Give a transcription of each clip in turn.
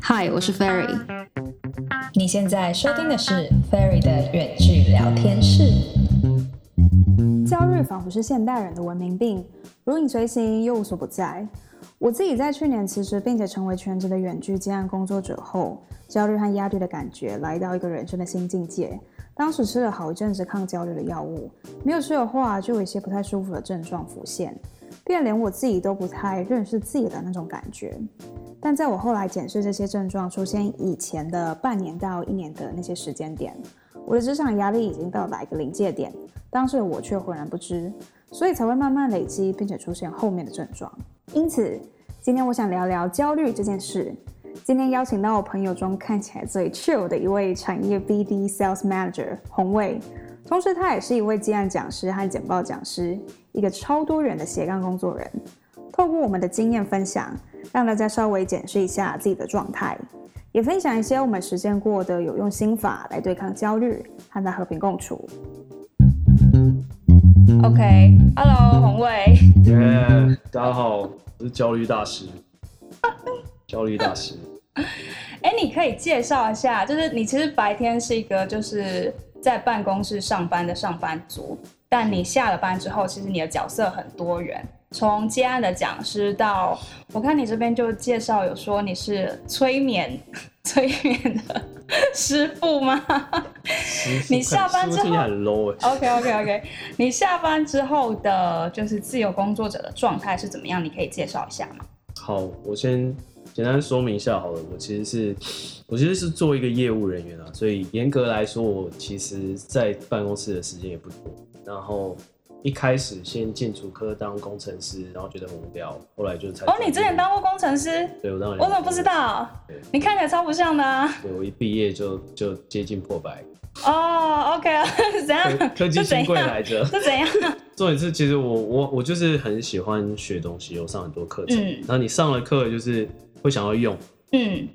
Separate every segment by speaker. Speaker 1: 嗨，我是 Ferry。
Speaker 2: 你现在收听的是 Ferry 的远距聊天室。
Speaker 3: 焦虑仿佛是现代人的文明病，如影随形又无所不在。我自己在去年辞职并且成为全职的远距接案工作者后，焦虑和压力的感觉来到一个人生的新境界。当时吃了好一阵子抗焦虑的药物，没有吃的话就有一些不太舒服的症状浮现，便连我自己都不太认识自己的那种感觉。但在我后来检视这些症状出现以前的半年到一年的那些时间点，我的职场压力已经到达一个临界点，当时的我却浑然不知，所以才会慢慢累积，并且出现后面的症状。因此，今天我想聊聊焦虑这件事。今天邀请到我朋友中看起来最 chill 的一位产业 BD Sales Manager 洪卫，同时他也是一位接案讲师和简报讲师，一个超多人的斜杠工作人。透过我们的经验分享，让大家稍微检视一下自己的状态，也分享一些我们实践过的有用心法来对抗焦虑，和它和平共处。
Speaker 2: OK，Hello，、红卫。
Speaker 4: 耶、嗯大家好，我是焦虑 大师，焦虑大师。
Speaker 3: 哎、你可以介绍一下，就是你其实白天是一个就是在办公室上班的上班族，但你下了班之后，其实你的角色很多元，从接案的讲师到，我看你这边就介绍有说你是催眠 催眠的师傅吗你下班之后
Speaker 4: 师傅听起来很 low 哎、
Speaker 3: ？OK OK OK，你下班之后的就是自由工作者的状态是怎么样？你可以介绍一下吗？
Speaker 4: 好，我先简单说明一下好了。我其实是，我其实是做一个业务人员啊，所以严格来说，我其实在办公室的时间也不多。然后一开始先进主科当工程师，然后觉得很无聊，后来就才
Speaker 3: 哦，你之前当过工程师，
Speaker 4: 对我当然
Speaker 3: 我怎么不知？道？
Speaker 4: 对
Speaker 3: 你看起来超不像的啊！
Speaker 4: 对我一毕业就就接近破 百，
Speaker 3: 哦、o k 是 怎
Speaker 4: 科
Speaker 3: 样？
Speaker 4: 科技
Speaker 3: 是怎
Speaker 4: 新贵
Speaker 3: 样？
Speaker 4: 来着。
Speaker 3: 是怎样？
Speaker 4: 重点是，其实我我我就是很喜欢学东西，我上很多课程。
Speaker 3: 嗯
Speaker 4: 然后你上了课，就是会想要用。
Speaker 3: 嗯，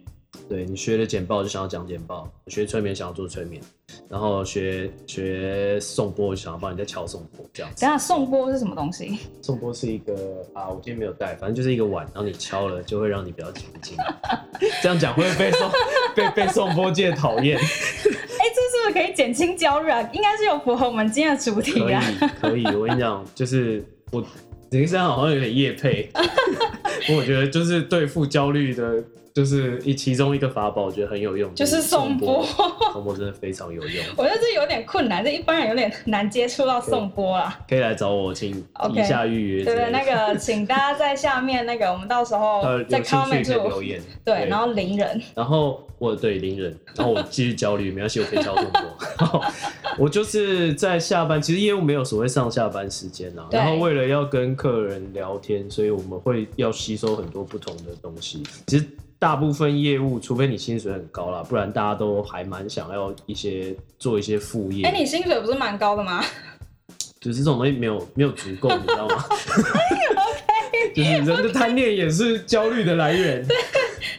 Speaker 4: 对你学了简报，就想要讲简报；学催眠，想要做催眠；然后学学颂钵，就想要帮人家敲颂钵这样子
Speaker 3: 等一。下送波是什么东 西？
Speaker 4: 颂钵是一个啊，我今天没有带，反正就是一个碗，然后你敲了就会让你比较平静。这样讲会不会被颂被被颂钵界讨厌？
Speaker 3: 哎、这是不是可以减轻焦虑啊？应该是有符合我们今天的主题
Speaker 4: 可以
Speaker 3: 啊。
Speaker 4: 可以，我跟你讲，就是我林山好像有点夜 配，不过我觉得就是对付焦虑的，就是一其中一个法宝，我觉得很有用，
Speaker 3: 就是
Speaker 4: 颂
Speaker 3: 送波，
Speaker 4: 颂钵真的非常有用，
Speaker 3: 我觉得这有点困难，这一般人有点难接触到送波啦。
Speaker 4: 可以来找 我，请
Speaker 3: OK
Speaker 4: 以下预约之
Speaker 3: 对
Speaker 4: 类
Speaker 3: 对，
Speaker 4: 的，
Speaker 3: 那个请大家在下面那个，我们到时候
Speaker 4: 呃
Speaker 3: 再
Speaker 4: 有兴趣
Speaker 3: comment
Speaker 4: 可以留
Speaker 3: 住。
Speaker 4: 言，
Speaker 3: 对，然后零人，
Speaker 4: 然后我对邻 人，然后我继续焦虑，没关系，我可以交这么多。 然后我就是在下班，其实业务没有所谓上下班时间啦。
Speaker 3: 对
Speaker 4: 然后为了要跟客人聊天，所以我们会要吸收很多不同的东西。其实大部分业务，除非你薪水很高啦，不然大家都还蛮想要一些做一些副业。
Speaker 3: 哎、你薪水不是蛮高的吗？
Speaker 4: 就是这种东西没有没有足够，你知道 吗？
Speaker 3: 哎
Speaker 4: 就是人的贪念也是焦虑的来源。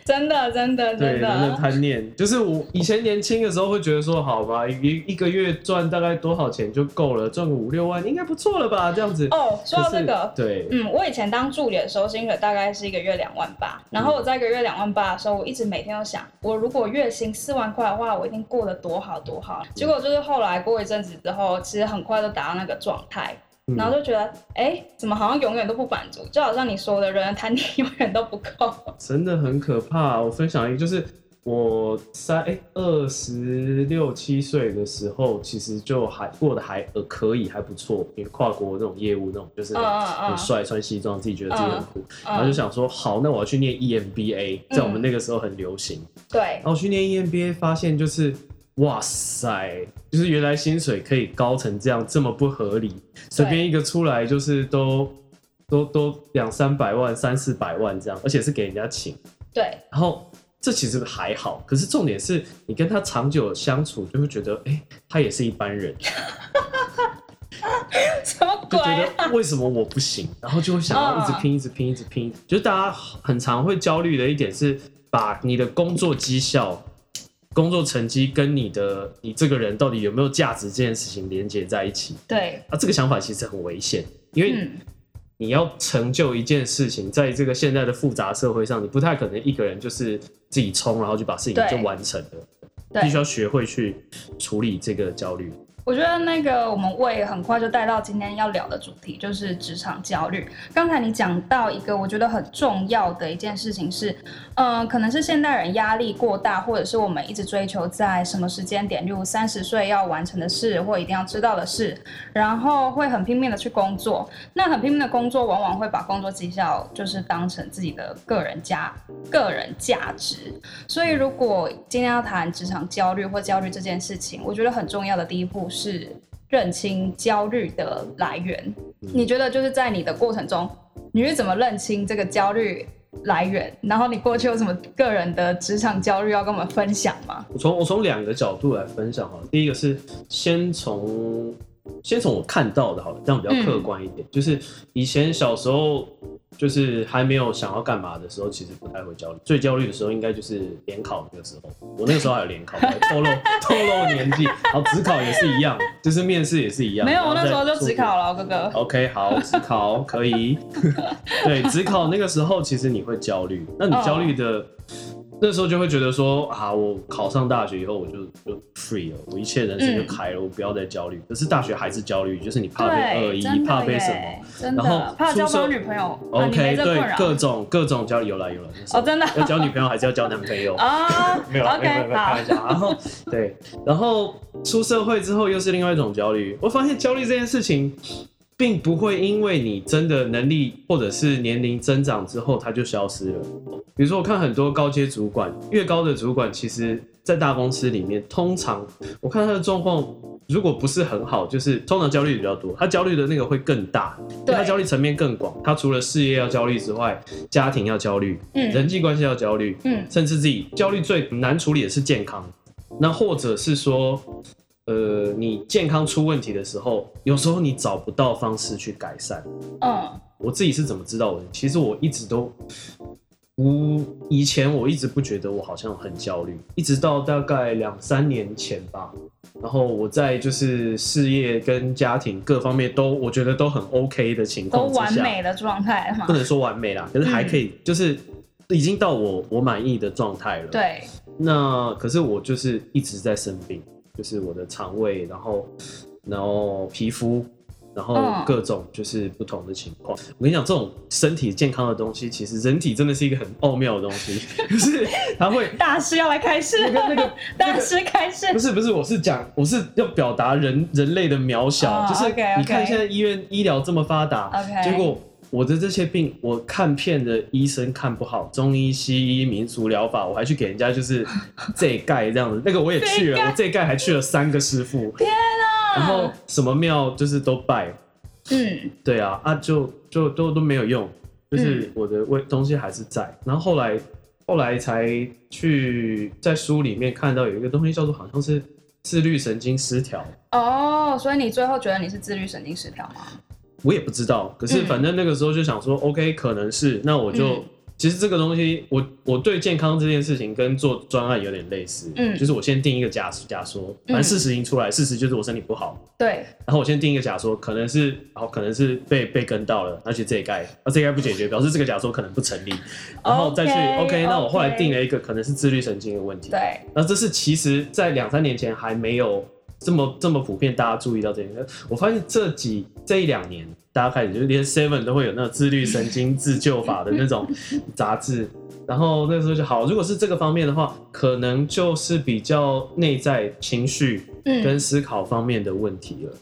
Speaker 3: 真的，真的，
Speaker 4: 对，
Speaker 3: 真
Speaker 4: 人的
Speaker 3: 的。
Speaker 4: 贪念，就是我以前年轻的时候会觉得说，好吧，一一个月赚大概多少钱就够了，赚个五六万应该不错了吧，这样子。
Speaker 3: 哦，说到
Speaker 4: 可
Speaker 3: 这
Speaker 4: 是
Speaker 3: 个，
Speaker 4: 对，
Speaker 3: 嗯，我以前当助理的时候，薪水大概是一个月两万八。然后我在一个月两万八的时候，我一直每天都想，我如果月薪四万块的话，我一定过得多好多好。结果就是后来过一阵子之后，其实很快就达到那个状态，
Speaker 4: 嗯
Speaker 3: 然后就觉得，哎、怎么好像永远都不满足？就好像你说的，人的贪念 永远都不够。
Speaker 4: 真的很可怕。我分享一个，就是我三哎二十六七岁的时候，其实就还过得还呃可以，还不错，因为跨国那种业务那种，就是
Speaker 3: 嗯
Speaker 4: 很
Speaker 3: 嗯
Speaker 4: 很
Speaker 3: 嗯
Speaker 4: 帅，穿西装，自己觉得自己很酷，然后就
Speaker 3: 嗯，
Speaker 4: 想说，好，那我要去念 E EMBA，在我们
Speaker 3: 嗯
Speaker 4: 那个时候很流行。
Speaker 3: 对
Speaker 4: 然，后去念 E EMBA 发现就是，哇塞，就是原来薪水可以高成这样，这么不合理，随便一个出来就是都都都两三百万、三四百万这样，而且是给人家请。
Speaker 3: 对，
Speaker 4: 然后这其实还好，可是重点是你跟他长久相处，就会觉得，哎、他也是一般人，
Speaker 3: 什么
Speaker 4: 就
Speaker 3: 鬼、
Speaker 4: 觉
Speaker 3: 啊？嗯
Speaker 4: 得为什么我不行，然后就会想要一直拼、一直拼、一直拼。就是大家很常会焦虑的一点是，把你的工作绩效、工作成绩跟你的你这个人到底有没有价值这件事情连接在一起。
Speaker 3: 对，
Speaker 4: 啊，这个想法其实很危险，因为
Speaker 3: 嗯，
Speaker 4: 你要成就一件事情，在这个现在的复杂社会上，你不太可能一个人就是自己冲，然后就把事情
Speaker 3: 对
Speaker 4: 就完成了，
Speaker 3: 对
Speaker 4: 必须要学会去处理这个焦虑。
Speaker 3: 我觉得那个我们胃很快就带到今天要聊的主题，就是职场焦虑。刚才你讲到一个我觉得很重要的一件事情是，呃，可能是现代人压力过大，或者是我们一直追求在什么时间点，例如三十岁要完成的事或一定要知道的事，然后会很拼命的去工作。那很拼命的工作，往往会把工作绩效就是当成自己的个人价个人价值。所以，如果今天要谈职场焦虑或焦虑这件事情，我觉得很重要的第一步是认清焦虑的来源。
Speaker 4: 嗯
Speaker 3: 你觉得就是在你的过程中，你是怎么认清这个焦虑来源？然后你过去有什么个人的职场焦虑要跟我们分享吗？
Speaker 4: 我从我从两个角度来分享好了，第一个是先从先从我看到的好了，这样比较
Speaker 3: 嗯
Speaker 4: 客观一点。就是以前小时候，就是还没有想要干嘛的时候，其实不太会焦虑。最焦虑的时候应该就是联考那个时候，我那个时候还有联考，我还透 露透露年纪。然后职考也是一样，就是面试也是一样。
Speaker 3: 没有，我那
Speaker 4: 然后再
Speaker 3: 时候就只
Speaker 4: 出国哦
Speaker 3: 考了，哥哥。
Speaker 4: OK，好， 只考可 以。对，只考那个时候，其实你会焦虑。那你焦虑
Speaker 3: 哦
Speaker 4: 的、那时候就会觉得说啊，我考上大学以后，我就就 free 了，我一切人生就开了，我不要再焦虑。可是大学还是焦虑，就是你怕被
Speaker 3: 嗯
Speaker 4: 恶
Speaker 3: 对，
Speaker 4: 意
Speaker 3: 真，
Speaker 4: 怕
Speaker 3: 的
Speaker 4: 被什
Speaker 3: 耶
Speaker 4: 么，
Speaker 3: 真
Speaker 4: 然后
Speaker 3: 的怕交不
Speaker 4: 宿
Speaker 3: 到
Speaker 4: 舍
Speaker 3: 女朋友啊，你
Speaker 4: ？OK，
Speaker 3: 没这困
Speaker 4: 对，各
Speaker 3: 扰
Speaker 4: 种各种焦虑，有啦有啦。
Speaker 3: 哦， 真的
Speaker 4: 要交女朋友还是要交男 朋友？
Speaker 3: 啊
Speaker 4: 没有啦，没有没有
Speaker 3: ，OK，
Speaker 4: 没有开
Speaker 3: 好
Speaker 4: 玩，笑。然后对，然后出社会之后又是另外一种焦虑。我发现焦虑这件事情，并不会因为你真的能力或者是年龄增长之后它就消失了。比如说，我看很多高阶主管，越高的主管，其实在大公司里面，通常我看他的状况。如果不是很好，就是通常焦虑比较多，他焦虑的那个会更大，因为
Speaker 3: 对
Speaker 4: 他焦虑层面更广。他除了事业要焦虑之外，家庭要焦虑，
Speaker 3: 嗯
Speaker 4: 人际关系要焦虑，
Speaker 3: 嗯
Speaker 4: 甚至自己焦虑最难处理的是健康，那或者是说，呃，你健康出问题的时候，有时候你找不到方式去改善。
Speaker 3: 嗯
Speaker 4: 我自己是怎么知道我的？其实我一直都不，以前我一直不觉得我好像很焦虑，一直到大概两三年前吧。然后我在就是事业跟家庭各方面都我觉得都很 OK 的情
Speaker 3: 都
Speaker 4: 况之下，
Speaker 3: 完美的状态嘛
Speaker 4: 不，能说完美啦，可是还可
Speaker 3: 嗯
Speaker 4: 以，就是已经到我我满意的状态了。
Speaker 3: 对，
Speaker 4: 那可是我就是一直在生病，就是我的肠胃，然后然后皮肤，然后
Speaker 3: 嗯
Speaker 4: 各种就是不同的情况。我跟你讲，这种身体健康的东西，其实人体真的是一个很奥妙的东西， 就是它会
Speaker 3: 大师要来开示，
Speaker 4: 那个
Speaker 3: 大师开示
Speaker 4: 不，是不是，我是讲我是要表达人人类的渺小，
Speaker 3: 哦
Speaker 4: 就是
Speaker 3: OK，OK
Speaker 4: 你看现在医院医疗这么发达
Speaker 3: OK
Speaker 4: 结果我的这些病，我看片的医生看不好，中医、西医、民俗疗法，我还去给人家就是 这一盖这样子，那个我也去
Speaker 3: 这一
Speaker 4: 了，
Speaker 3: 盖
Speaker 4: 我这一盖还去了三个师傅，天啊！然后什么庙就是都拜，
Speaker 3: 嗯
Speaker 4: 对啊，啊就就都都没有用，就是我的味东西还是在。然后后来后来才去在书里面看到有一个东西叫做好像是自律神经失调，
Speaker 3: 哦，所以你最后觉得你是自律神经失调吗？
Speaker 4: 我也不知道，可是
Speaker 3: 嗯
Speaker 4: 反正那个时候就想说、o k 可能是，那我就、
Speaker 3: 嗯
Speaker 4: 其实这个东西，我我对健康这件事情跟做专案有点类似，
Speaker 3: 嗯
Speaker 4: 就是我先定一个假假说，反正
Speaker 3: 嗯
Speaker 4: 事实已经出来，事实就是我身体不好，
Speaker 3: 对，
Speaker 4: 然后我先定一个假说，可能是，然后可能是被被跟到了，而且这一盖，那这一盖不解决，表示这个假说可能不成立，然后再去
Speaker 3: OK，
Speaker 4: OK，那我后来
Speaker 3: OK
Speaker 4: 定了一个可能是自律神经的问题，
Speaker 3: 对，
Speaker 4: 那这是其实在两三年前还没有这么这么普遍，大家注意到这个。我发现这几这一两年，大家开始就是连 Seven 都会有那个自律神经自救法的那种杂志。然后那个时候就好，如果是这个方面的话，可能就是比较内在情绪跟
Speaker 3: 嗯，
Speaker 4: 思考方面的问题了。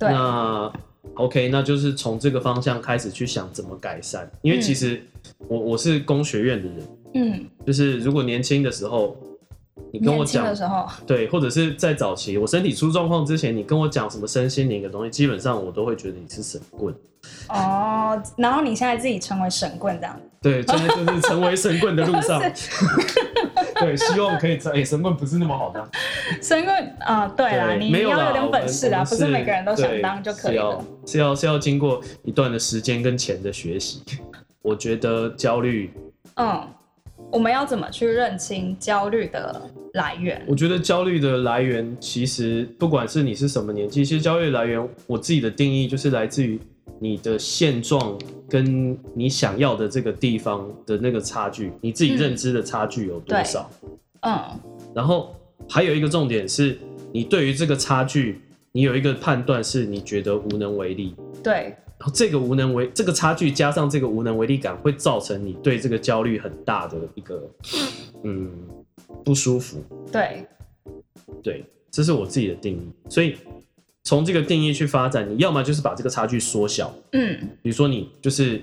Speaker 3: 对，
Speaker 4: 那 OK，那就是从这个方向开始去想怎么改善，因为
Speaker 3: 嗯
Speaker 4: 其实我我是工学院的人，
Speaker 3: 嗯，
Speaker 4: 就是如果年轻的时候。你跟我
Speaker 3: 年轻
Speaker 4: 讲
Speaker 3: 的时候，
Speaker 4: 对，或者是在早期我身体出状况之前，你跟我讲什么身心灵的东西，基本上我都会觉得你是神棍。
Speaker 3: 哦，然后你现在自己成为神棍这样，
Speaker 4: 对，现在就是成为神棍的路 上。 对，希望可以成。哎、神棍不是那么好当。
Speaker 3: 神棍啊，对啦，
Speaker 4: 对，
Speaker 3: 你
Speaker 4: 没
Speaker 3: 你
Speaker 4: 有啦
Speaker 3: 要有点本事啊，
Speaker 4: 我们我们
Speaker 3: 不是每个人都想
Speaker 4: 对
Speaker 3: 当就可以了，
Speaker 4: 是要是要是要经过一段的时间跟钱的学习。我觉得焦虑，
Speaker 3: 嗯，我们要怎么去认清焦虑的来源？
Speaker 4: 我觉得焦虑的来源其实不管是你是什么年纪，其实焦虑的来源我自己的定义就是来自于你的现状跟你想要的这个地方的那个差距，你自己认知的差距有多少？
Speaker 3: 嗯，
Speaker 4: 然后还有一个重点是，你对于这个差距，你有一个判断是你觉得无能为力，
Speaker 3: 对，
Speaker 4: 然后这个无能为这个差距加上这个无能为力感，会造成你对这个焦虑很大的一个嗯不舒服。
Speaker 3: 对，
Speaker 4: 对，这是我自己的定义。所以从这个定义去发展，你要么就是把这个差距缩小，
Speaker 3: 嗯
Speaker 4: 比如说你就是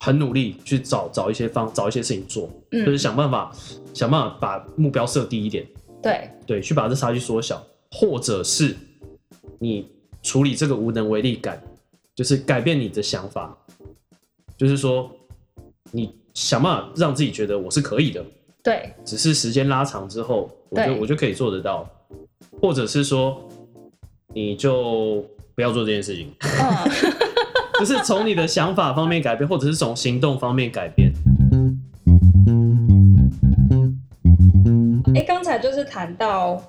Speaker 4: 很努力去找找一些方找一些事情做，就是
Speaker 3: 嗯，
Speaker 4: 想办法想办法把目标设低一点，
Speaker 3: 对，
Speaker 4: 对，去把这差距缩小，或者是你处理这个无能为力感，就是改变你的想法，就是说你想办法让自己觉得我是可以的，
Speaker 3: 对，
Speaker 4: 只是时间拉长之后，我就
Speaker 3: 对
Speaker 4: 我就可以做得到，或者是说你就不要做这件事情，
Speaker 3: 嗯，
Speaker 4: 就是从你的想法方面改变，或者是从行动方面改变。
Speaker 3: 哎，刚才就是谈到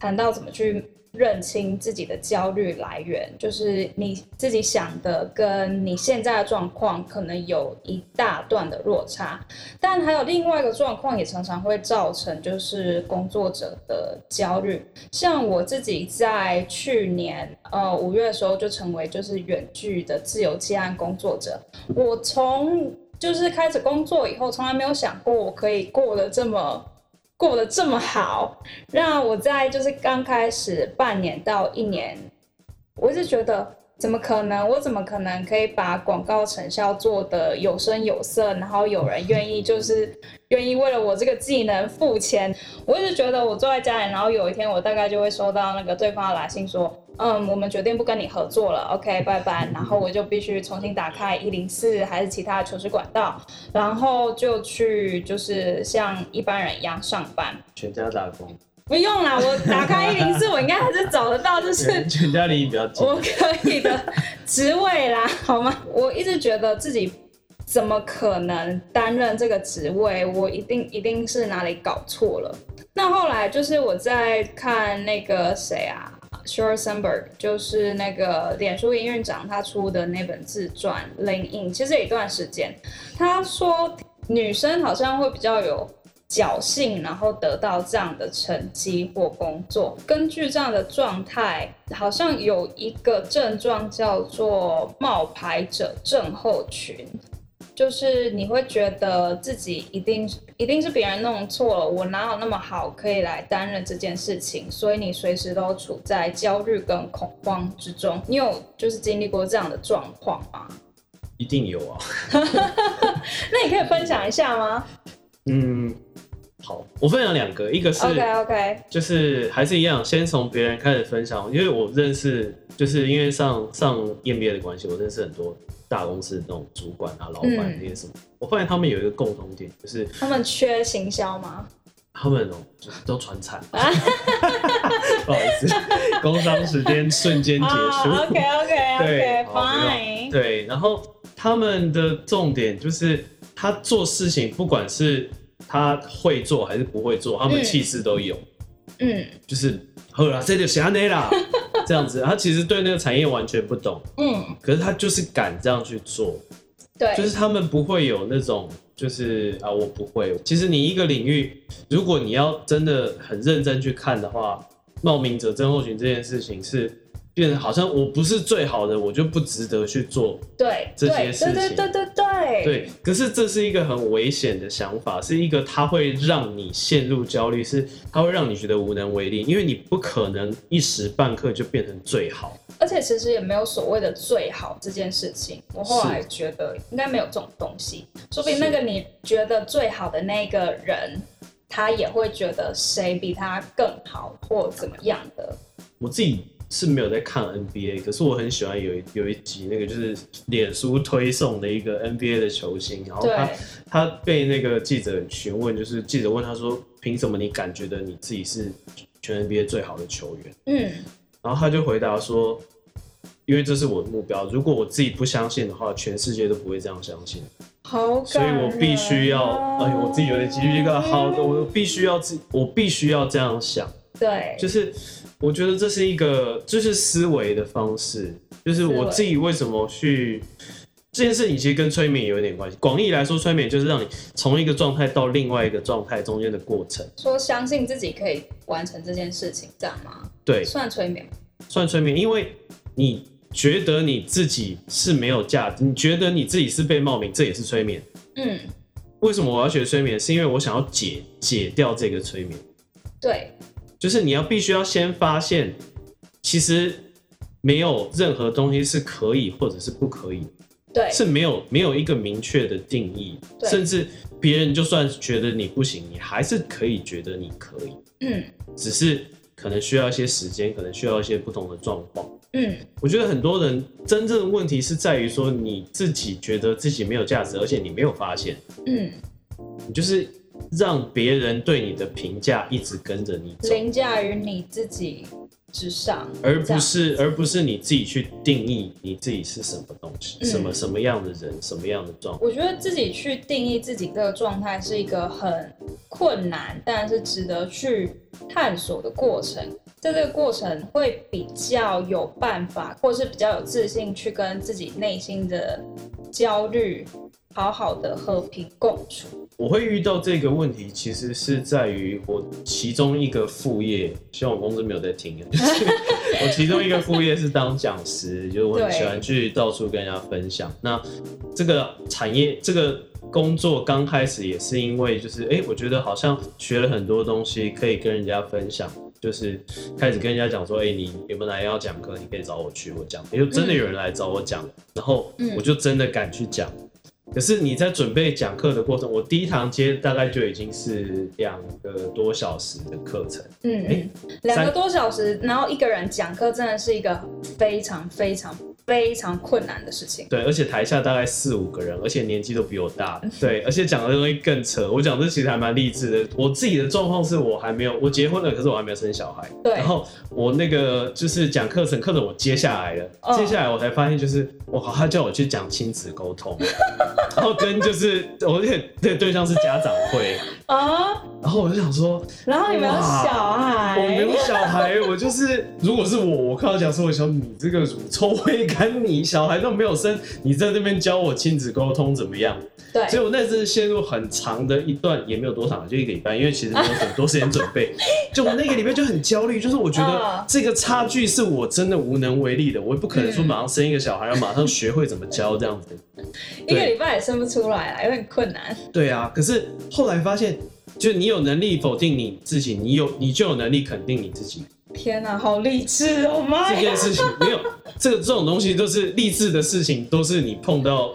Speaker 3: 谈到怎么去认清自己的焦虑来源，就是你自己想的跟你现在的状况可能有一大段的落差，但还有另外一个状况也常常会造成就是工作者的焦虑。像我自己在去年呃五月的时候就成为就是远距的自由接案工作者，我从就是开始工作以后，从来没有想过我可以过得这么过得这么好。那我在就是刚开始半年到一年，我一直觉得怎么可能？我怎么可能可以把广告成效做得有声有色，然后有人愿意就是愿意为了我这个技能付钱？我一直觉得我坐在家里，然后有一天我大概就会收到那个对方的来信说。嗯，我们决定不跟你合作了，OK，拜拜。然后我就必须重新打开一零四还是其他的求职管道，然后就去就是像一般人一样上班。
Speaker 4: 全家打工，
Speaker 3: 不用啦，我打开一零四，我应该还是找得到， 就是
Speaker 4: 全家离你比较近
Speaker 3: 我可以的职位啦，好吗？我一直觉得自己怎么可能担任这个职位，我一定一定是哪里搞错了。那后来就是我在看那个谁啊 s h e r Sandberg，就是那个脸书营运长他出的那本自传《灵隐》，其实有一段时间，他说女生好像会比较有侥幸，然后得到这样的成绩或工作。根据这样的状态，好像有一个症状叫做冒牌者症候群。就是你会觉得自己一定一定是别人弄错了，我哪有那么好可以来担任这件事情？所以你随时都处在焦虑跟恐慌之中。你有就是经历过这样的状况吗？
Speaker 4: 一定有啊。
Speaker 3: 那你可以分享一下吗
Speaker 4: 嗯，好，我分享两个，一个是
Speaker 3: ？OK OK，
Speaker 4: 就是还是一样，先从别人开始分享，因为我认识，就是因为上上 MBA 的关系，我认识很多大公司的那种主管啊、老板
Speaker 3: 嗯
Speaker 4: 那些什么，我发现他们有一个共同点，就是
Speaker 3: 他们缺行销吗？
Speaker 4: 他们哦、就是都传产，
Speaker 3: 啊
Speaker 4: 不好意思，工伤时间瞬间结束。
Speaker 3: OK OK
Speaker 4: 对
Speaker 3: OK
Speaker 4: 好没
Speaker 3: 啊 Fine，
Speaker 4: 对，然后他们的重点就是他做事情，不管是他会做还是不会做，他们
Speaker 3: 嗯
Speaker 4: 气势都有。
Speaker 3: 嗯
Speaker 4: 就是好啦，这就瞎内啦，这样子。他其实对那个产业完全不懂，
Speaker 3: 嗯，
Speaker 4: 可是他就是敢这样去做，
Speaker 3: 对，
Speaker 4: 就是他们不会有那种就是啊我不会。其实你一个领域，如果你要真的很认真去看的话，冒名者症候群这件事情是变得好像我不是最好的，我就不值得去做。
Speaker 3: 对
Speaker 4: 这
Speaker 3: 对
Speaker 4: 些事
Speaker 3: 对对
Speaker 4: 情
Speaker 3: 对对对，
Speaker 4: 对，可是这是一个很危险的想法，是一个它会让你陷入焦虑，是它会让你觉得无能为力，因为你不可能一时半刻就变成最好。
Speaker 3: 而且其实也没有所谓的最好这件事情，我后来觉得应该没有这种东西。说不定那个你觉得最好的那个人，他也会觉得谁比他更好或怎么样的。
Speaker 4: 我自己是没有在看 NBA，可是我很喜欢有一有一集那个就是脸书推送的一个 NBA 的球星，然后
Speaker 3: 对
Speaker 4: 他他被那个记者询问，就是记者问他说，凭什么你敢觉得你自己是全 NBA 最好的球员？
Speaker 3: 嗯，
Speaker 4: 然后他就回答说：“因为这是我的目标，如果我自己不相信的话，全世界都不会这样相信，
Speaker 3: 好感
Speaker 4: 所以我必须要……
Speaker 3: 啊
Speaker 4: 哎呦，我自己有点
Speaker 3: 急
Speaker 4: 急一个好，我必须要自，我必须要这样想，
Speaker 3: 啊对，
Speaker 4: 就是我觉得这是一个就是思维的方式，就是我自己为什么去这件事情，其实跟催眠有一点关系。广义来说，催眠就是让你从一个状态到另外一个状态中间的过程。
Speaker 3: 说相信自己可以完成这件事情，这样吗？
Speaker 4: 对，
Speaker 3: 算催眠吗，
Speaker 4: 算催眠，因为你觉得你自己是没有价值，你觉得你自己是被冒名，这也是催眠。
Speaker 3: 嗯，
Speaker 4: 为什么我要学催眠？是因为我想要解解掉这个催眠，
Speaker 3: 对，
Speaker 4: 就是你要必须要先发现，其实没有任何东西是可以或者是不可以的。
Speaker 3: 对，
Speaker 4: 是没有没有一个明确的定义，
Speaker 3: 对
Speaker 4: 甚至别人就算觉得你不行，你还是可以觉得你可以，
Speaker 3: 嗯
Speaker 4: 只是可能需要一些时间，可能需要一些不同的状况。
Speaker 3: 嗯，
Speaker 4: 我觉得很多人真正的问题是在于说你自己觉得自己没有价值，而且你没有发现，
Speaker 3: 嗯，
Speaker 4: 你就是让别人对你的评价一直跟着你走，
Speaker 3: 凌驾于你自己之上，
Speaker 4: 而
Speaker 3: 这
Speaker 4: 不
Speaker 3: 样
Speaker 4: 是而不是你自己去定义你自己是什么东西，
Speaker 3: 嗯
Speaker 4: 什么什么样的人，什么样的状况。
Speaker 3: 我觉得自己去定义自己的状态是一个很困难，但是值得去探索的过程。在这个过程会比较有办法，或是比较有自信去跟自己内心的焦虑好好的和平共处。
Speaker 4: 我会遇到这个问题，其实是在于我其中一个副业，希望我公司没有在听。 就是我其中一个副业是当讲师，就是我很喜欢去到处跟人家分享。那这个产业，这个工作刚开始也是因为，就是哎、诶我觉得好像学了很多东西，可以跟人家分享。就是开始跟人家讲说，哎、你有没有哪要讲课？你可以找我去，我讲。也就真的有人来找我讲，然后
Speaker 3: 嗯
Speaker 4: 我就真的敢去讲。可是你在准备讲课的过程，我第一堂接大概就已经是两个多小时的课程，
Speaker 3: 嗯
Speaker 4: 诶
Speaker 3: 嗯，两个
Speaker 4: 三
Speaker 3: 多小时，然后一个人讲课真的是一个非常非常非常困难的事情。
Speaker 4: 对，而且台下大概四五个人，而且年纪都比我大，
Speaker 3: 嗯
Speaker 4: 对，而且讲的东西更扯。我讲这其实还蛮励志的。我自己的状况是我还没有，我结婚了，可是我还没有生小孩。
Speaker 3: 对
Speaker 4: 然后我那个就是讲课程，课程我接下来了，
Speaker 3: 嗯
Speaker 4: 接下来我才发现就是，哇，他叫我去讲亲子沟通， 然后跟就是我那个那个对象是家长会，
Speaker 3: 啊、
Speaker 4: 然后我就想说，
Speaker 3: 然后你们有
Speaker 4: 哇
Speaker 3: 小孩，
Speaker 4: 我没有小孩，我就是，哎 如果是我，我看到讲说，我想你这个乳臭未干，你小孩都没有生，你在那边教我亲子沟通怎么样？
Speaker 3: 对，
Speaker 4: 所以我那阵陷入很长的一段，也没有多长，就一个礼拜，因为其实我有很多时间准 备。就我那个礼拜就很焦虑，就是我觉得
Speaker 3: 嗯
Speaker 4: 这个差距是我真的无能为力的，我也不可能说
Speaker 3: 嗯
Speaker 4: 马上生一个小孩，然后马上学会怎么教这样子。
Speaker 3: 一个
Speaker 4: 对
Speaker 3: 礼拜也生不出来啊啦，有点困难。
Speaker 4: 对啊，可是后来发现，就是你有能力否定你自己，你有你就有能力肯定你自己。
Speaker 3: 天哪、好励志哦，妈
Speaker 4: 这
Speaker 3: 呀！
Speaker 4: 件事情没有这个这种东西，都是励志的事情，都是你碰到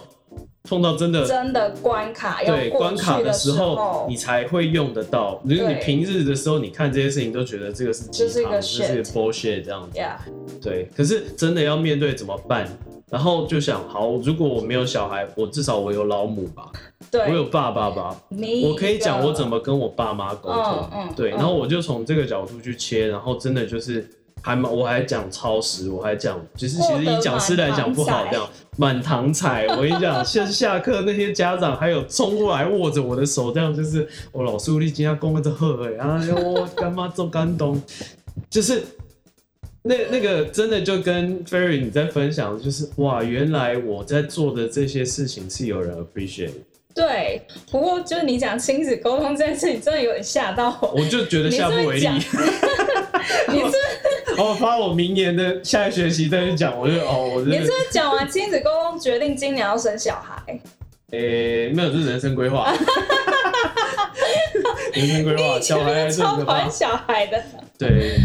Speaker 4: 碰到真的
Speaker 3: 真的关卡要
Speaker 4: 对
Speaker 3: 过
Speaker 4: 关
Speaker 3: 去
Speaker 4: 卡
Speaker 3: 的
Speaker 4: 时候，
Speaker 3: 候
Speaker 4: 你，才会用得到。就是
Speaker 3: 对
Speaker 4: 你平日的时候，你看这些事情都觉得这个是鸡
Speaker 3: 就是一
Speaker 4: 汤，
Speaker 3: 个
Speaker 4: 这是个
Speaker 3: shit
Speaker 4: bullshit 这样子。
Speaker 3: 呀
Speaker 4: 对，可是真的要面对怎么办？然后就想，好，如果我没有小孩，我至少我有老母吧，我有
Speaker 3: 对，
Speaker 4: 爸爸吧，
Speaker 3: 你
Speaker 4: 我可以讲我怎么跟我爸妈沟通
Speaker 3: 嗯，嗯
Speaker 4: 对，
Speaker 3: 嗯
Speaker 4: 然后我就从这个角度去切，然后真的就是还蛮，我还讲超时，我还讲，就是其实以讲师来讲不好，这样满堂彩。我跟你讲，下下课那些家长还有冲过来握着我的手，这样就是我老师你今天功课这好哎，啊我干妈做感动，就是。那那个真的就跟 Ferry 你在分享的，就是哇，原来我在做的这些事情是有人 appreciate，的
Speaker 3: 对。不过就是你讲亲子沟通这件事情，真的有点吓到我。
Speaker 4: 我就觉得
Speaker 3: 你是
Speaker 4: 下
Speaker 3: 不
Speaker 4: 不为
Speaker 3: 是
Speaker 4: 力，
Speaker 3: 讲，你是
Speaker 4: 我把我明年的下一学期再去讲，我就哦，我
Speaker 3: 你
Speaker 4: 真
Speaker 3: 是
Speaker 4: 的
Speaker 3: 不是讲完亲子沟通，决定今年要生小孩？
Speaker 4: 诶、没有，这是人生规 划，人生规划，啊小孩还是
Speaker 3: 超
Speaker 4: 很可怕
Speaker 3: 烦。小孩的，
Speaker 4: 对，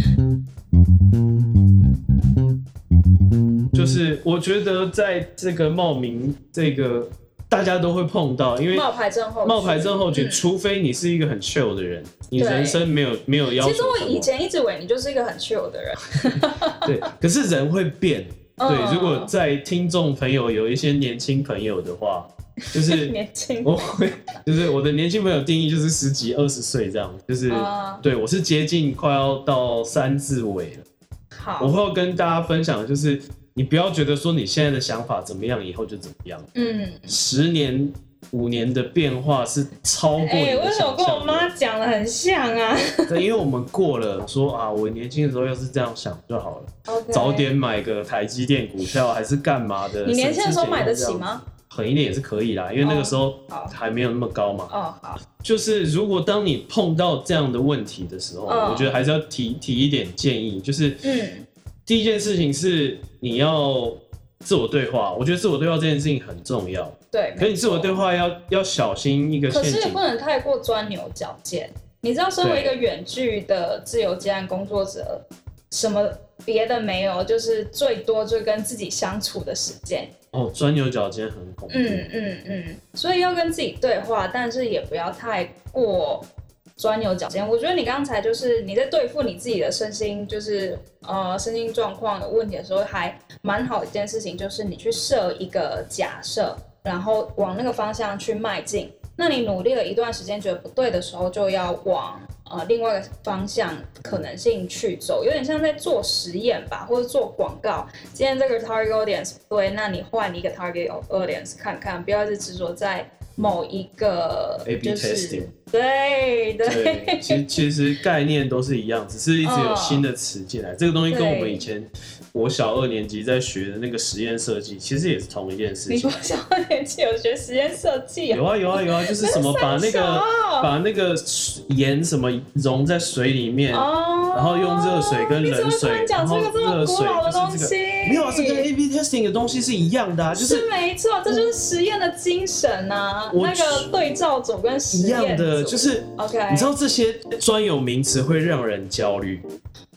Speaker 4: 就是我觉得在这个冒名这个大家都会碰到，因为
Speaker 3: 冒牌症候
Speaker 4: 冒牌
Speaker 3: 群
Speaker 4: 症候群，
Speaker 3: 嗯
Speaker 4: 除非你是一个很 chill 的人，你
Speaker 3: 对
Speaker 4: 人生没有没有要求
Speaker 3: 其
Speaker 4: 什
Speaker 3: 实
Speaker 4: 么。
Speaker 3: 我以前一直以为你就是一个很 chill 的人，
Speaker 4: 对，可是人会变。
Speaker 3: 嗯
Speaker 4: 对，如果在听众朋友有一些年轻朋友的话，就是
Speaker 3: 年轻
Speaker 4: 我会，就是我的年轻朋友定义就是十几二十岁这样，就是、
Speaker 3: 啊
Speaker 4: 对我是接近快要到三字尾了。
Speaker 3: 好，
Speaker 4: 我会要跟大家分享的就是，你不要觉得说你现在的想法怎么样，以后就怎么样。
Speaker 3: 嗯，
Speaker 4: 十年五年的变化是超过你
Speaker 3: 哎、
Speaker 4: 的
Speaker 3: 为什么
Speaker 4: 想象的。
Speaker 3: 跟我妈 讲的很像啊
Speaker 4: 对，因为我们过了说啊，我年轻的时候要是这样想就好了，
Speaker 3: ？OK，
Speaker 4: 早点买个台积电股票还是干嘛的？
Speaker 3: 你年轻的时候
Speaker 4: 省吃俭用
Speaker 3: 买得起吗？
Speaker 4: 狠一点也是可以啦，因为那个时候
Speaker 5: 好
Speaker 4: 还没有那么高嘛。
Speaker 3: 哦，好，
Speaker 4: 就是如果当你碰到这样的问题的时候，
Speaker 3: 嗯
Speaker 4: 我觉得还是要提提一点建议，就是
Speaker 3: 嗯，
Speaker 4: 第一件事情是你要自我对话，我觉得自我对话这件事情很重要，
Speaker 3: 对。
Speaker 4: 可是你
Speaker 3: 没
Speaker 4: 自我
Speaker 3: 错
Speaker 4: 对话要要小心一个
Speaker 3: 可
Speaker 4: 陷
Speaker 3: 是
Speaker 4: 阱
Speaker 3: 不。能太过钻牛角尖。你知道，身为一个远距的自由接案工作者，什么别的没有，就是最多就跟自己相处的时间。
Speaker 4: 哦，钻牛角尖很恐怖。
Speaker 3: 嗯嗯嗯，所以要跟自己对话，但是也不要太过钻牛角尖。我觉得你刚才就是你在对付你自己的身心，就是呃身心状况有问题的时候，还蛮好的一件事情，就是你去设一个假设，然后往那个方向去迈进。那你努力了一段时间，觉得不对的时候，就要往呃另外一个方向可能性去走，有点像在做实验吧，或者做广告。今天这个 target audience 不对，那你换一个 target audience 看看，不要是执着在某一个
Speaker 4: A/B
Speaker 3: 就是
Speaker 4: testing
Speaker 3: 对对
Speaker 4: 对，其实其实概念都是一样，只是一直有
Speaker 3: 嗯
Speaker 4: 新的词进来。这个东西跟我们
Speaker 3: 对
Speaker 4: 以前我小二年级在学的那个实验设计，其实也是同一件事
Speaker 3: 你
Speaker 4: 情
Speaker 3: 不。小年纪有学实验设计
Speaker 4: 有
Speaker 3: 哦，
Speaker 4: 啊有啊有啊，就是什么 把那
Speaker 3: 小
Speaker 4: 个
Speaker 3: 啊
Speaker 4: 把那个盐什么溶在水里面，
Speaker 3: 哦
Speaker 4: 然后用热水跟冷水，
Speaker 3: 你怎么突然讲
Speaker 4: 然后
Speaker 3: 出一个这么
Speaker 4: 热
Speaker 3: 古
Speaker 4: 水
Speaker 3: 老的
Speaker 4: 就
Speaker 3: 东
Speaker 4: 是
Speaker 3: 西
Speaker 4: 这个，？没有啊，这跟 A/B testing 的东西是一样的啊，就是
Speaker 3: 没错，这就是实验的精神呐、啊。
Speaker 4: 我
Speaker 3: 那个对照组跟实
Speaker 4: 一样
Speaker 3: 验组哦
Speaker 4: 的，就是
Speaker 3: OK，
Speaker 4: 你知道这些专有名词会让人焦虑。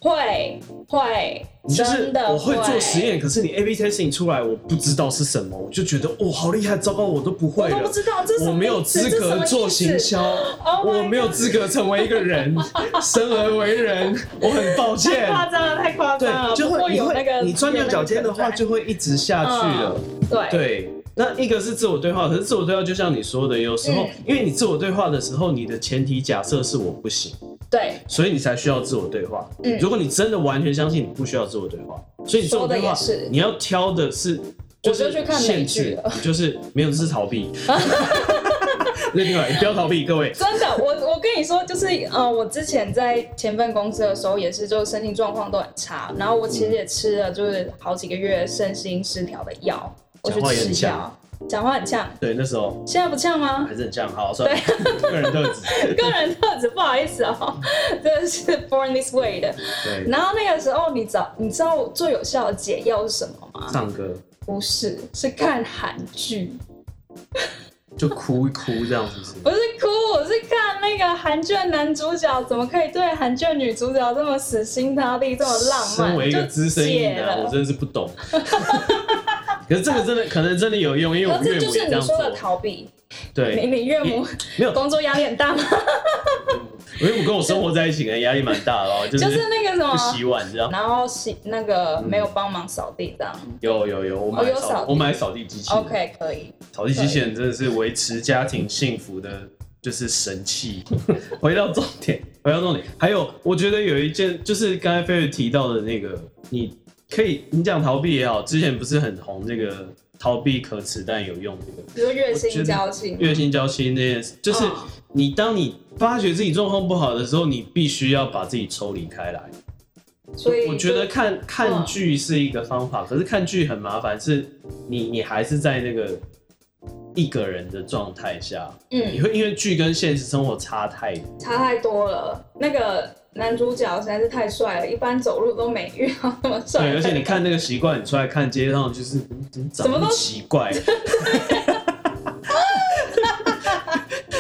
Speaker 3: 会会，
Speaker 4: 你就是
Speaker 3: 真的
Speaker 4: 我会做实，验，可是你 A/B testing 出来，我不知道是什么，我就觉得哇、好厉害，糟糕，我都不会
Speaker 3: 我
Speaker 4: 了，
Speaker 3: 都不知道这是什
Speaker 4: 我
Speaker 3: 么
Speaker 4: 没有
Speaker 3: 意思
Speaker 4: 资
Speaker 3: 这是什
Speaker 4: 格
Speaker 3: 么
Speaker 4: 做
Speaker 3: 意思
Speaker 4: 行销
Speaker 3: Oh my
Speaker 4: 我没有资格成为一个 人，生而为人，我很抱
Speaker 3: 太
Speaker 4: 歉。
Speaker 3: 夸张了，太夸张了，
Speaker 4: 对，就
Speaker 3: 不过
Speaker 4: 会你
Speaker 3: 有
Speaker 4: 会
Speaker 3: 那个
Speaker 4: 你钻牛角尖的话，就会一直下去了。
Speaker 3: 嗯对
Speaker 4: 对，那一个是自我对话，可是自我对话就像你说的，有时候、
Speaker 3: 嗯
Speaker 4: 因为你自我对话的时候，你的前提假设是我不行，
Speaker 3: 对
Speaker 4: 所以你才需要自我对话。
Speaker 3: 嗯
Speaker 4: 如果你真的完全相信你不需要自我对话，所以你自我对话
Speaker 3: 说的也是
Speaker 4: 你要挑的是
Speaker 3: 我
Speaker 4: 就
Speaker 3: 就是去看美
Speaker 4: 限
Speaker 3: 剧
Speaker 4: 制
Speaker 3: 了，
Speaker 4: 你就是没有这是 逃避。那另外，你不要逃避，各位。
Speaker 3: 真的，我我跟你说，就是呃，我之前在前份公司的时候，也是就是身心状况都很差，然后我其实也吃了就是好几个月身心失调的药，我去
Speaker 4: 讲话也很
Speaker 3: 吃药，讲话很呛，
Speaker 4: 对，那时候
Speaker 3: 现在不呛吗？
Speaker 4: 还是很像， 好，算了，个人特质。
Speaker 3: 个人特质，不好意思哦，真的是 born this way 的。
Speaker 4: 对，
Speaker 3: 然后那个时候，你找你知道最有效的解药是什么吗？
Speaker 4: 唱歌
Speaker 3: 不是，是看韩剧。
Speaker 4: 就哭一哭这样，是不是？
Speaker 3: 不是哭，我是看那个韩剧的男主角怎么可以对韩剧的女主角这么死心塌地，这么浪漫，
Speaker 4: 身为一个资深
Speaker 3: 就
Speaker 4: 艺
Speaker 3: 解
Speaker 4: 男，我
Speaker 3: 了。
Speaker 4: 真的是 不懂。可是这个真的可能真的有用，因为我
Speaker 3: 可
Speaker 4: 岳
Speaker 3: 是
Speaker 4: 母
Speaker 3: 就
Speaker 4: 也
Speaker 3: 是
Speaker 4: 这样
Speaker 3: 你
Speaker 4: 做
Speaker 3: 说。的逃避，你
Speaker 4: 对，
Speaker 3: 你岳母
Speaker 4: 没 有，
Speaker 3: 工作压力很大吗？
Speaker 4: 我岳母跟我生活在一起，可能压力蛮大的哦，就
Speaker 3: 就是是那个什
Speaker 4: 不
Speaker 3: 么，
Speaker 4: 洗碗这样。
Speaker 3: 然后洗那个没有帮忙扫地这样。
Speaker 4: 有有有，我买
Speaker 3: 哦有扫
Speaker 4: 扫
Speaker 3: 地
Speaker 4: 我买扫地机器人
Speaker 3: OK，可以。
Speaker 4: 扫地机器人真的是维持家庭幸福的，就是神器。 回到重点，回到重点，还有我觉得有一件就是刚才菲儿提到的那个，你可以你讲逃避也好，之前不是很红那个逃避可耻但有用这个。
Speaker 3: 比如月
Speaker 4: 我觉
Speaker 3: 薪
Speaker 4: 得
Speaker 3: 交情，
Speaker 4: 月薪交期那件事，就是
Speaker 3: 嗯
Speaker 4: 你当你发觉自己状况不好的时候，你必须要把自己抽离开来。
Speaker 3: 所以
Speaker 4: 我觉得
Speaker 3: 就
Speaker 4: 看
Speaker 3: 嗯
Speaker 4: 看剧是一个方法，可是看剧很麻烦，是你你还是在那个一个人的状态下，你
Speaker 3: 嗯
Speaker 4: 会因为剧跟现实生活差太多。
Speaker 3: 差太多了。那个男主角实在是太帅了，一般走路都没遇到那么帅的。
Speaker 4: 对，而且你看那个习惯，你出来看街上就是嗯怎么长
Speaker 3: 怎么
Speaker 4: 那么
Speaker 3: 都
Speaker 4: 奇 怪。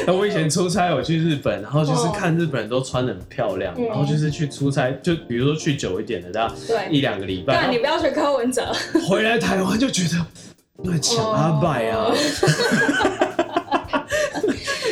Speaker 4: 那我以前出差，我去日本，然后就是
Speaker 3: 哦
Speaker 4: 看日本人都穿的很漂亮，
Speaker 3: 嗯
Speaker 4: 然后就是去出差，就比如说去久一点的，大
Speaker 3: 对啊
Speaker 4: 家一两个礼拜，
Speaker 3: 但
Speaker 4: 然
Speaker 3: 你不要学柯文哲，
Speaker 4: 后回来台湾啊就觉得乱抢阿拜啊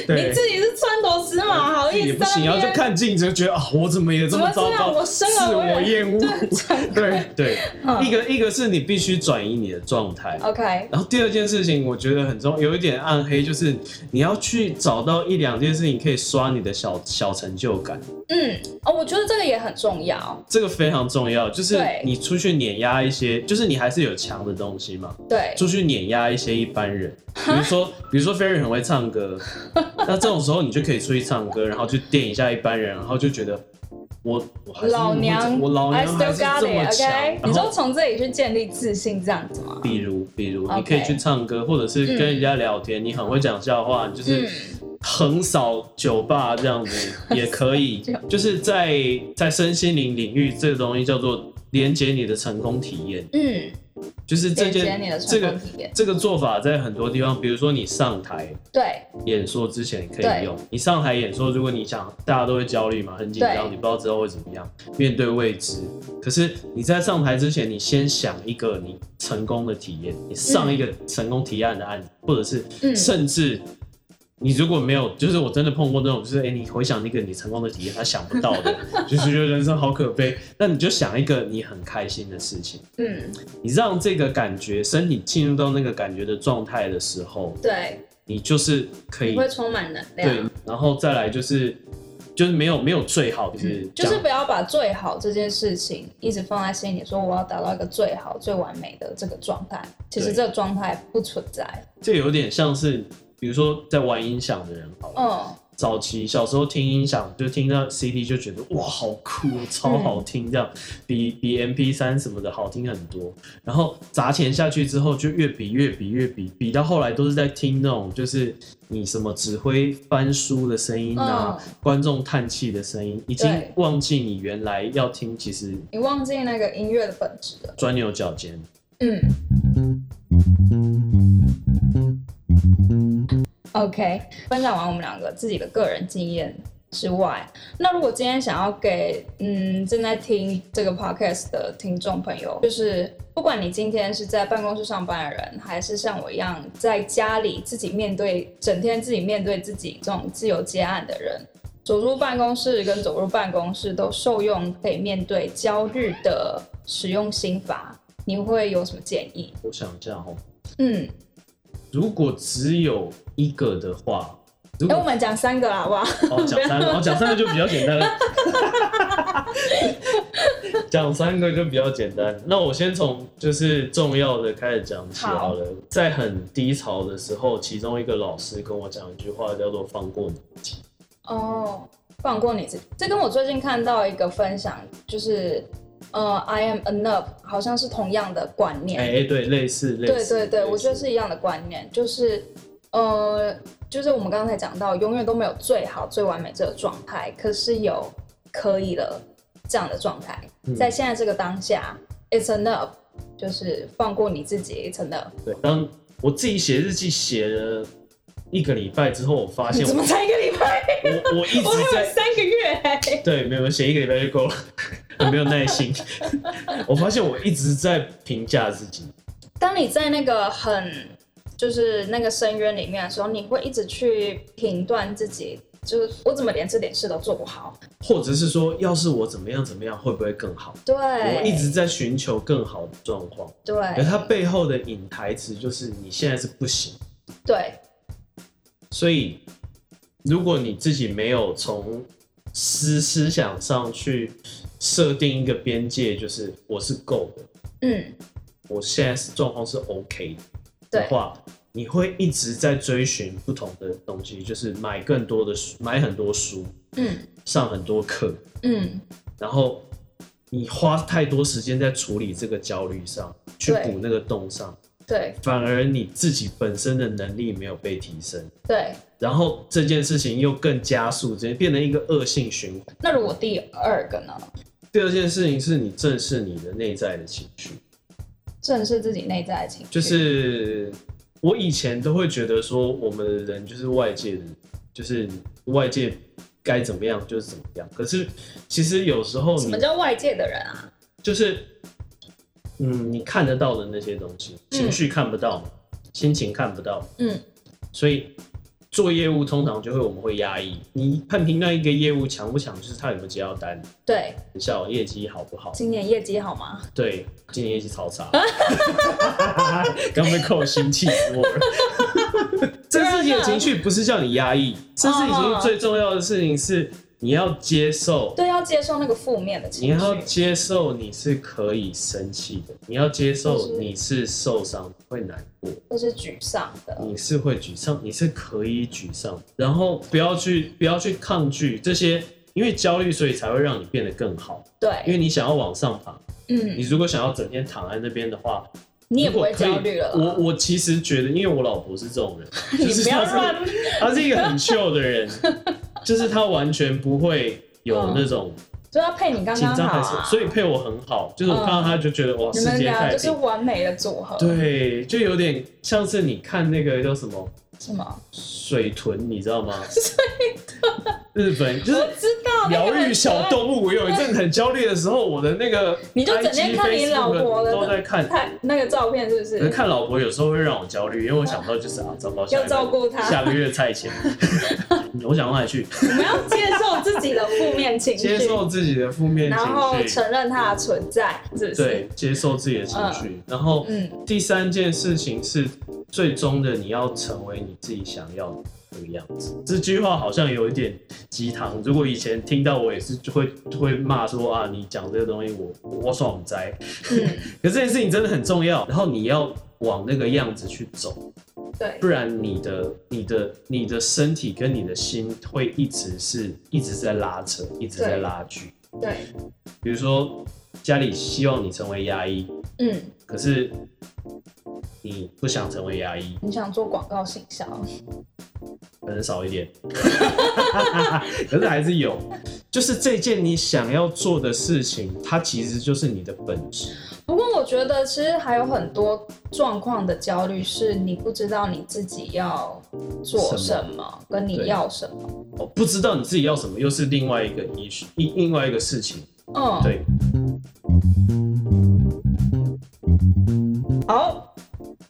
Speaker 3: 哦，你自己是穿头死马，好
Speaker 4: 自己
Speaker 3: 意
Speaker 4: 也
Speaker 3: 思
Speaker 4: 不
Speaker 3: 在
Speaker 4: 行，
Speaker 3: 那
Speaker 4: 然后就
Speaker 3: 边
Speaker 4: 看镜子就觉得啊，我怎么也这么
Speaker 3: 怎么
Speaker 4: 糟
Speaker 3: 这样
Speaker 4: 糕，
Speaker 3: 我
Speaker 4: 自
Speaker 3: 生而为
Speaker 4: 我
Speaker 3: 人
Speaker 4: 厌恶。 对对，
Speaker 3: 嗯哦
Speaker 4: 一个一个是你必须转移你的状态，
Speaker 3: OK，
Speaker 4: 然后第二件事情，我觉得很重要，有一点暗黑，就是你要去找到一两件事情可以刷你的小小成就感，
Speaker 3: 嗯，哦，我觉得这个也很重要。
Speaker 4: 这个非常重要。就是
Speaker 3: 对
Speaker 4: 你出去碾压一些，就是你还是有强的东西嘛，
Speaker 3: 对，
Speaker 4: 出去碾压一些一般人，比如说，比如说 Ferry 很会 唱歌，那这种时候你就可以出去唱歌，然后去电一下一般人，然后就觉得我我还是
Speaker 3: 老娘，
Speaker 4: 我老
Speaker 3: I
Speaker 4: 娘
Speaker 3: still
Speaker 4: 还是
Speaker 3: got
Speaker 4: 这么
Speaker 3: it。
Speaker 4: 强。
Speaker 3: OK，
Speaker 4: 然
Speaker 3: 你
Speaker 4: 后
Speaker 3: 就从这里去建立自信，这样子吗？
Speaker 4: 比如，比如
Speaker 3: OK
Speaker 4: 你可以去唱歌，或者是跟人家聊天，你很会讲笑话，你就是
Speaker 3: 嗯
Speaker 4: 横扫酒吧这样子也可 以。就是在在身心灵领域，这个东西叫做连接你的成功体验，
Speaker 3: 嗯，
Speaker 4: 就是这
Speaker 3: 连接
Speaker 4: 件
Speaker 3: 你的
Speaker 4: 这
Speaker 3: 成
Speaker 4: 个
Speaker 3: 功体验。
Speaker 4: 这个做法在很多地方，比如说你上台
Speaker 3: 对，
Speaker 4: 演说之前可
Speaker 3: 对
Speaker 4: 以用，你上台演说，如果你想大家都会焦虑嘛，很紧
Speaker 3: 对
Speaker 4: 张，你不知道之后会怎么样，面对未知。可是你在上台之前，你先想一个你成功的体验，你上一个成功提案的案子，或者是
Speaker 3: 嗯
Speaker 4: 甚至。你如果没有，就是我真的碰过那种，就是哎、诶你回想那个你成功的体验，他想不到的，就是觉得人生好可悲。那你就想一个你很开心的事情，
Speaker 3: 嗯，
Speaker 4: 你让这个感觉，身体进入到那个感觉的状态的时候，
Speaker 3: 对，
Speaker 4: 你就是可以
Speaker 3: 你会充满能
Speaker 4: 对
Speaker 3: 量。，
Speaker 4: 然后再来就是就是没有没有最好，就是这
Speaker 3: 嗯就
Speaker 4: 样
Speaker 3: 是不要把最好这件事情一直放在心里，说我要达到一个最好、最完美的这个状态。其实
Speaker 4: 对
Speaker 3: 这个状态不存在。
Speaker 4: 这有点像是，比如说在玩音响的人好了，
Speaker 3: 嗯，
Speaker 4: 早期小时候听音响就听到 CD 就觉得哇好酷，超好听，这样、比比 MP 3什么的好听很多。然后砸钱下去之后，就越比越比越比，比到后来都是在听那种就是你什么指挥翻书的声音啊，
Speaker 3: 嗯
Speaker 4: 观众叹气的声音，已经
Speaker 3: 对
Speaker 4: 忘记你原来要听其实
Speaker 3: 你忘记那个音乐的本质了。
Speaker 4: 钻牛角尖。
Speaker 3: 嗯。OK，分享完我们两个自己的个人经验之外，那如果今天想要给嗯正在听这个 podcast 的听众朋友，就是不管你今天是在办公室上班的人，还是像我一样在家里自己面对整天自己面对自己这种自由接案的人，走出办公室跟走入办公室都受用可以面对焦虑的使用心法，你会有什么建议？
Speaker 4: 我想一下哦，
Speaker 3: 嗯，
Speaker 4: 如果只有一个的话，如
Speaker 3: 哎、
Speaker 4: 果
Speaker 3: 我们讲三个啦好不好？
Speaker 4: 哦讲三个，哦讲三个就比较简单了， 讲三个就比较简单。那我先从就是重要的开始讲起好了。在很低潮的时候，其中一个老师跟我讲一句话，叫做“放过你自己
Speaker 3: 哦，放过你自己。这跟我最近看到一个分享，就是呃，I am enough，好像是同样的观”念。
Speaker 4: 哎。哎，对，类似类
Speaker 3: 对
Speaker 4: 似，
Speaker 3: 对对，
Speaker 4: 类似
Speaker 3: 我觉得是一样的观念，就是呃，就是我们刚才讲到，永远都没有最好、最完美这个状态，可是有可以了这样的状态，
Speaker 4: 嗯
Speaker 3: 在现在这个当下，it's enough，就是放过你自己，it's enough。
Speaker 4: 对。当我自己写日记写了一个礼拜之后，我发
Speaker 3: 你
Speaker 4: 现
Speaker 3: 怎
Speaker 4: 我
Speaker 3: 么才一个礼拜？
Speaker 4: 我我一
Speaker 3: 我还
Speaker 4: 直在
Speaker 3: 有三个月、欸。
Speaker 4: 对，没有写一个礼拜就够了， 很没有耐心。我发现我一直在评价自己，
Speaker 3: 当你在那个很就是那个深渊里面的时候，你会一直去评断自己，就是我怎么连这点事都做不好？
Speaker 4: 或者是说，要是我怎么样怎么样，会不会更好？
Speaker 3: 对，
Speaker 4: 我一直在寻求更好的状况，
Speaker 3: 对，
Speaker 4: 而它背后的隐台词就是你现在是不行。
Speaker 3: 对，
Speaker 4: 所以，如果你自己没有从思思想上去设定一个边界，就是我是够的，
Speaker 3: 嗯，
Speaker 4: 我现在是状况是 OK 的，的
Speaker 3: 对，
Speaker 4: 话，你会一直在追寻不同的东西，就是买更多的书，买很多书，
Speaker 3: 嗯
Speaker 4: 上很多课，
Speaker 3: 嗯，
Speaker 4: 然后你花太多时间在处理这个焦虑上，去
Speaker 3: 对
Speaker 4: 补那个洞上，
Speaker 3: 对
Speaker 4: 反而你自己本身的能力没有被提升，
Speaker 3: 对。
Speaker 4: 然后这件事情又更加速，直接变成一个恶性循环。
Speaker 3: 那如果第二个呢？
Speaker 4: 第二件事情是你正视你的内在的情绪，
Speaker 3: 正视自己内在的情绪，
Speaker 4: 就是我以前都会觉得说，我们的人就是外界人，就是外界该怎么样就是怎么样。可是其实有时候
Speaker 3: 什
Speaker 4: 你
Speaker 3: 么叫外界的人啊？
Speaker 4: 就是，嗯，你看得到
Speaker 3: 嗯
Speaker 4: 的那些东西，情绪看不到嘛，心情看不到，
Speaker 3: 嗯，
Speaker 4: 所以做业务通常就会我们会压抑，你判评断一个业务强不强，就是他有没有接到单，
Speaker 3: 对，
Speaker 4: 绩效业绩好不好。
Speaker 3: 今年业绩好吗？
Speaker 4: 对，今年业绩超差，
Speaker 3: 啊
Speaker 4: 刚被扣薪，气死我 了。这事情的情绪不是叫你压抑，这事
Speaker 3: 嗯
Speaker 4: 情最重要的事情是你要接受，
Speaker 3: 对，要接受那个负面的
Speaker 4: 你
Speaker 3: 情
Speaker 4: 要
Speaker 3: 绪。
Speaker 4: 接受你是可以生气的，你要接
Speaker 3: 就
Speaker 4: 受
Speaker 3: 是
Speaker 4: 你是受伤会难过，
Speaker 3: 或是沮丧的，
Speaker 4: 你是会沮丧，你是可以沮丧，然后不要去不要去抗拒这些，因为焦虑所以才会让你变得更好，因
Speaker 3: 对，
Speaker 4: 为你想要往上爬，你
Speaker 3: 嗯，
Speaker 4: 如果想要整天躺在那边的话，
Speaker 3: 你也不会
Speaker 4: 如果可以
Speaker 3: 焦虑了啦。
Speaker 4: 我我其实觉得，因为我老婆是这种 人，
Speaker 3: 你
Speaker 4: 就是
Speaker 3: 不要
Speaker 4: 她是
Speaker 3: 乱，
Speaker 4: 她是一个很 chill 的人，就是她完全不会
Speaker 3: 嗯
Speaker 4: 有那种
Speaker 3: 就要啊配你刚
Speaker 4: 紧
Speaker 3: 刚
Speaker 4: 张
Speaker 3: 好
Speaker 4: 还是，
Speaker 3: 啊。
Speaker 4: 所以配我很好，就是我
Speaker 3: 嗯
Speaker 4: 看到她就觉得哇，
Speaker 3: 你
Speaker 4: 世
Speaker 3: 们
Speaker 4: 界
Speaker 3: 俩
Speaker 4: 太
Speaker 3: 就是
Speaker 4: 平。
Speaker 3: 完美的组合，，
Speaker 4: 对，就有点像是你看那个叫什么
Speaker 3: 是吗？
Speaker 4: 水豚，你知 道吗？水豚，日本就是
Speaker 3: 知道哦那
Speaker 4: 疗
Speaker 3: 个很
Speaker 4: 愈小动物。我有一阵很焦虑的时候，我的那个
Speaker 3: 你就整天
Speaker 4: IG
Speaker 3: 看你老婆
Speaker 4: Facebook
Speaker 3: 的
Speaker 4: 都在看，
Speaker 3: 太那个照片是不
Speaker 4: 可是
Speaker 3: 是？
Speaker 4: 看老婆有时候会让我焦虑，因为我想到就是啊，糟糕，下个
Speaker 3: 要照顾她
Speaker 4: 下个月 菜钱，我想让她去
Speaker 3: 我们要接受自己的负面情绪
Speaker 4: 接，受自己的负面
Speaker 3: 然后
Speaker 4: 情绪，
Speaker 3: 承认它的存在，是不是
Speaker 4: 对？，接受自己的情绪。然后
Speaker 3: 嗯，
Speaker 4: 第三件事情是，最终的你要成为你自己想要的。那个样子，这句话好像有一点鸡汤。如果以前听到，我也是就会就会骂说啊，你讲这个东西我，我我爽哉。
Speaker 3: 嗯
Speaker 4: 可是这件事情真的很重要，然后你要往那个样子去走。
Speaker 3: 对
Speaker 4: 不然你的、你的、你的身体跟你的心会一直是一直在拉扯，一直在拉锯。
Speaker 3: 对，
Speaker 4: 比如说家里希望你成为牙医，
Speaker 3: 嗯，
Speaker 4: 可是你不想成为牙医，
Speaker 3: 你想做广告行销，
Speaker 4: 可能少一点， 可是还是有。就是这件你想要做的事情，它其实就是你的本质。
Speaker 3: 不过我觉得其实还有很多状况的焦虑是你不知道你自己要做
Speaker 4: 什
Speaker 3: 什
Speaker 4: 么
Speaker 3: 么，跟你
Speaker 4: 对
Speaker 3: 要什么，
Speaker 4: 哦，不知道你自己要什么，又是另外一个 issue，另另外一个事情。
Speaker 3: 嗯，
Speaker 4: 对，
Speaker 3: 好，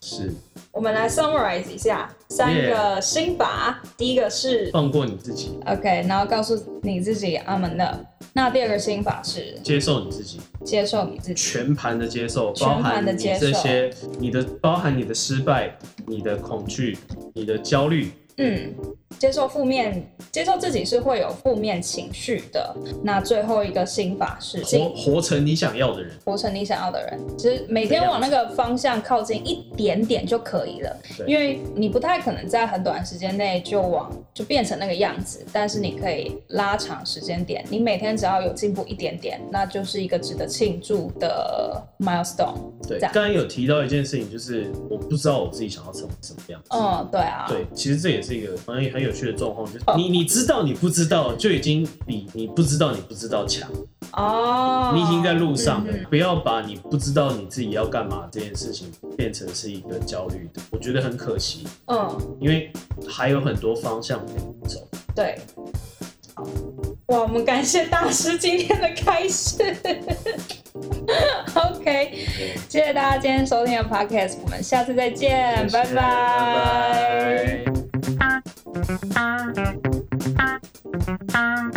Speaker 4: 是
Speaker 3: 我们来 summarize 一下三
Speaker 4: Yeah 哦
Speaker 3: 个心法。第一个是
Speaker 4: 放过你自己，
Speaker 3: OK，然后告诉你自己 I'm enough。那第二个心法是
Speaker 4: 接受你自己。
Speaker 3: 接受你自己。
Speaker 4: 全盘的接受，包
Speaker 3: 全
Speaker 4: 含
Speaker 3: 盘
Speaker 4: 你
Speaker 3: 地接受
Speaker 4: 这些，你的包含你的失败、你的恐惧、你的焦虑，
Speaker 3: 嗯，接受负面，接受自己是会有负面情绪的。那最后一个心法是
Speaker 4: 活
Speaker 3: 尽
Speaker 4: 活成你想要的人。
Speaker 3: 活成你想要的人，其实每天往那个方向靠近一点点就可以了，
Speaker 4: 对
Speaker 3: 因为你不太可能在很短时间内就往就变成那个样子，但是你可以拉长时间点，你每天只要有进步一点点，那就是一个值得庆祝的 milestone。
Speaker 4: 对，
Speaker 3: 这样
Speaker 4: 刚才有提到一件事情，就是我不知道我自己想要成为什么样子。
Speaker 3: 嗯，对啊，
Speaker 4: 对，其实这也是一个很很有趣的状况，
Speaker 3: 哦
Speaker 4: 就是你你知道你不知道，就已经比你不知道你不知道强。
Speaker 3: 哦，
Speaker 4: 你已经在路上了
Speaker 3: 嗯，
Speaker 4: 不要把你不知道你自己要干嘛这件事情变成是一个焦虑的，我觉得很可惜，
Speaker 3: 嗯，
Speaker 4: 因为还有很多方向可以走。
Speaker 3: 对。好，哇，我们感谢大师今天的开始。OK，谢谢大家今天收听的 Podcast，我们下次再见，
Speaker 4: 谢谢
Speaker 3: 拜拜
Speaker 4: 拜拜